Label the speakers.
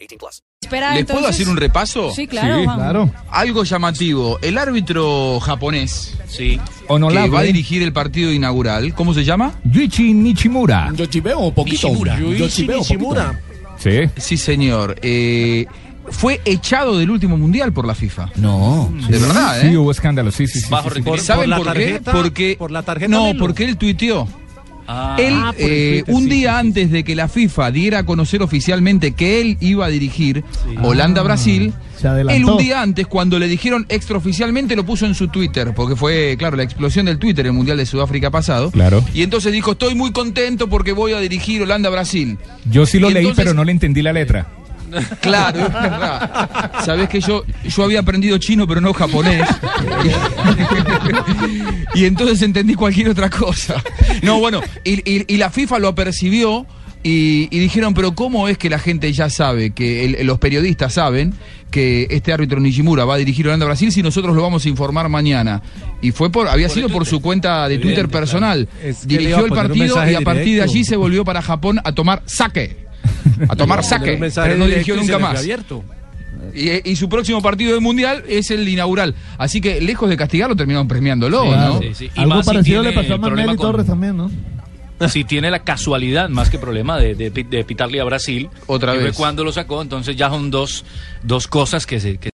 Speaker 1: 18 plus.
Speaker 2: Espera,
Speaker 3: ¿Les
Speaker 2: entonces-
Speaker 3: puedo hacer un repaso?
Speaker 2: Sí, claro. vamos.
Speaker 3: Algo llamativo. El árbitro japonés
Speaker 4: Sí.
Speaker 3: que va a
Speaker 2: ¿eh?
Speaker 5: Honorable
Speaker 3: dirigir el partido inaugural, ¿cómo se llama?
Speaker 5: Yuichi Nichimura.
Speaker 6: Yo chiveo un poquito.
Speaker 4: Nishimura.
Speaker 6: Yo chiveo un poquito.
Speaker 5: Sí.
Speaker 3: Sí, señor. Eh, fue echado del último mundial por la FIFA.
Speaker 5: No.
Speaker 3: De verdad,
Speaker 5: Sí,
Speaker 3: ¿eh?
Speaker 5: hubo escándalo. Sí, sí, sí.
Speaker 4: Bajo
Speaker 5: sí, sí.
Speaker 4: rendimiento.
Speaker 3: ¿Saben
Speaker 6: la
Speaker 3: por,
Speaker 6: tarjeta-
Speaker 3: qué? Porque,
Speaker 6: por la tarjeta
Speaker 3: No,
Speaker 6: Melo.
Speaker 3: porque él tuiteó.
Speaker 4: Ah.
Speaker 3: Él,
Speaker 5: por el
Speaker 3: eh,
Speaker 5: Twitter,
Speaker 3: un
Speaker 5: sí,
Speaker 3: día
Speaker 5: sí, sí,
Speaker 3: antes de que la FIFA diera a conocer oficialmente que él iba a dirigir Holanda-Brasil,
Speaker 5: se adelantó.
Speaker 3: él un día antes, cuando le dijeron extraoficialmente, lo puso en su Twitter, porque fue, claro, la explosión del Twitter en el Mundial de Sudáfrica pasado.
Speaker 5: Claro.
Speaker 3: Y entonces dijo, estoy muy contento porque voy a dirigir Holanda-Brasil.
Speaker 5: Yo sí lo
Speaker 3: Y
Speaker 5: leí,
Speaker 3: entonces-
Speaker 5: pero no le entendí la letra.
Speaker 3: Claro, es verdad. Sabés que yo, yo había aprendido chino, pero no japonés. y entonces entendí cualquier otra cosa. No, bueno, y, y- y la FIFA lo apercibió. Y, y dijeron, pero ¿cómo es que la gente ya sabe, que el- los periodistas saben que este árbitro Nishimura va a dirigir Holanda-Brasil si nosotros lo vamos a informar mañana? Y fue por, había sido por su cuenta de Twitter personal.
Speaker 6: Es que le iba
Speaker 3: Dirigió
Speaker 6: a
Speaker 3: el
Speaker 6: poner un
Speaker 3: partido
Speaker 6: mensaje
Speaker 3: y a partir de
Speaker 6: directo.
Speaker 3: allí se volvió para Japón a tomar saque. A tomar saque.
Speaker 6: Un mensaje
Speaker 3: Pero no
Speaker 6: directo
Speaker 3: dirigió
Speaker 6: y
Speaker 3: nunca
Speaker 6: se le
Speaker 3: más.
Speaker 6: fue Abierto.
Speaker 3: Y, y su próximo partido de mundial es el inaugural. Así que lejos de castigarlo, terminaron premiándolo, ¿no?
Speaker 4: Sí, sí. Y
Speaker 7: Algo
Speaker 4: más si
Speaker 7: parecido
Speaker 4: tiene
Speaker 7: le pasó a Manuel
Speaker 4: problema
Speaker 7: y
Speaker 4: con-
Speaker 7: Torres también, ¿no?
Speaker 4: Si tiene la casualidad, más que problema, de, de, de pitarle a Brasil.
Speaker 3: Otra
Speaker 4: que fue
Speaker 3: vez.
Speaker 4: cuando lo sacó, entonces ya son dos, dos cosas que se... que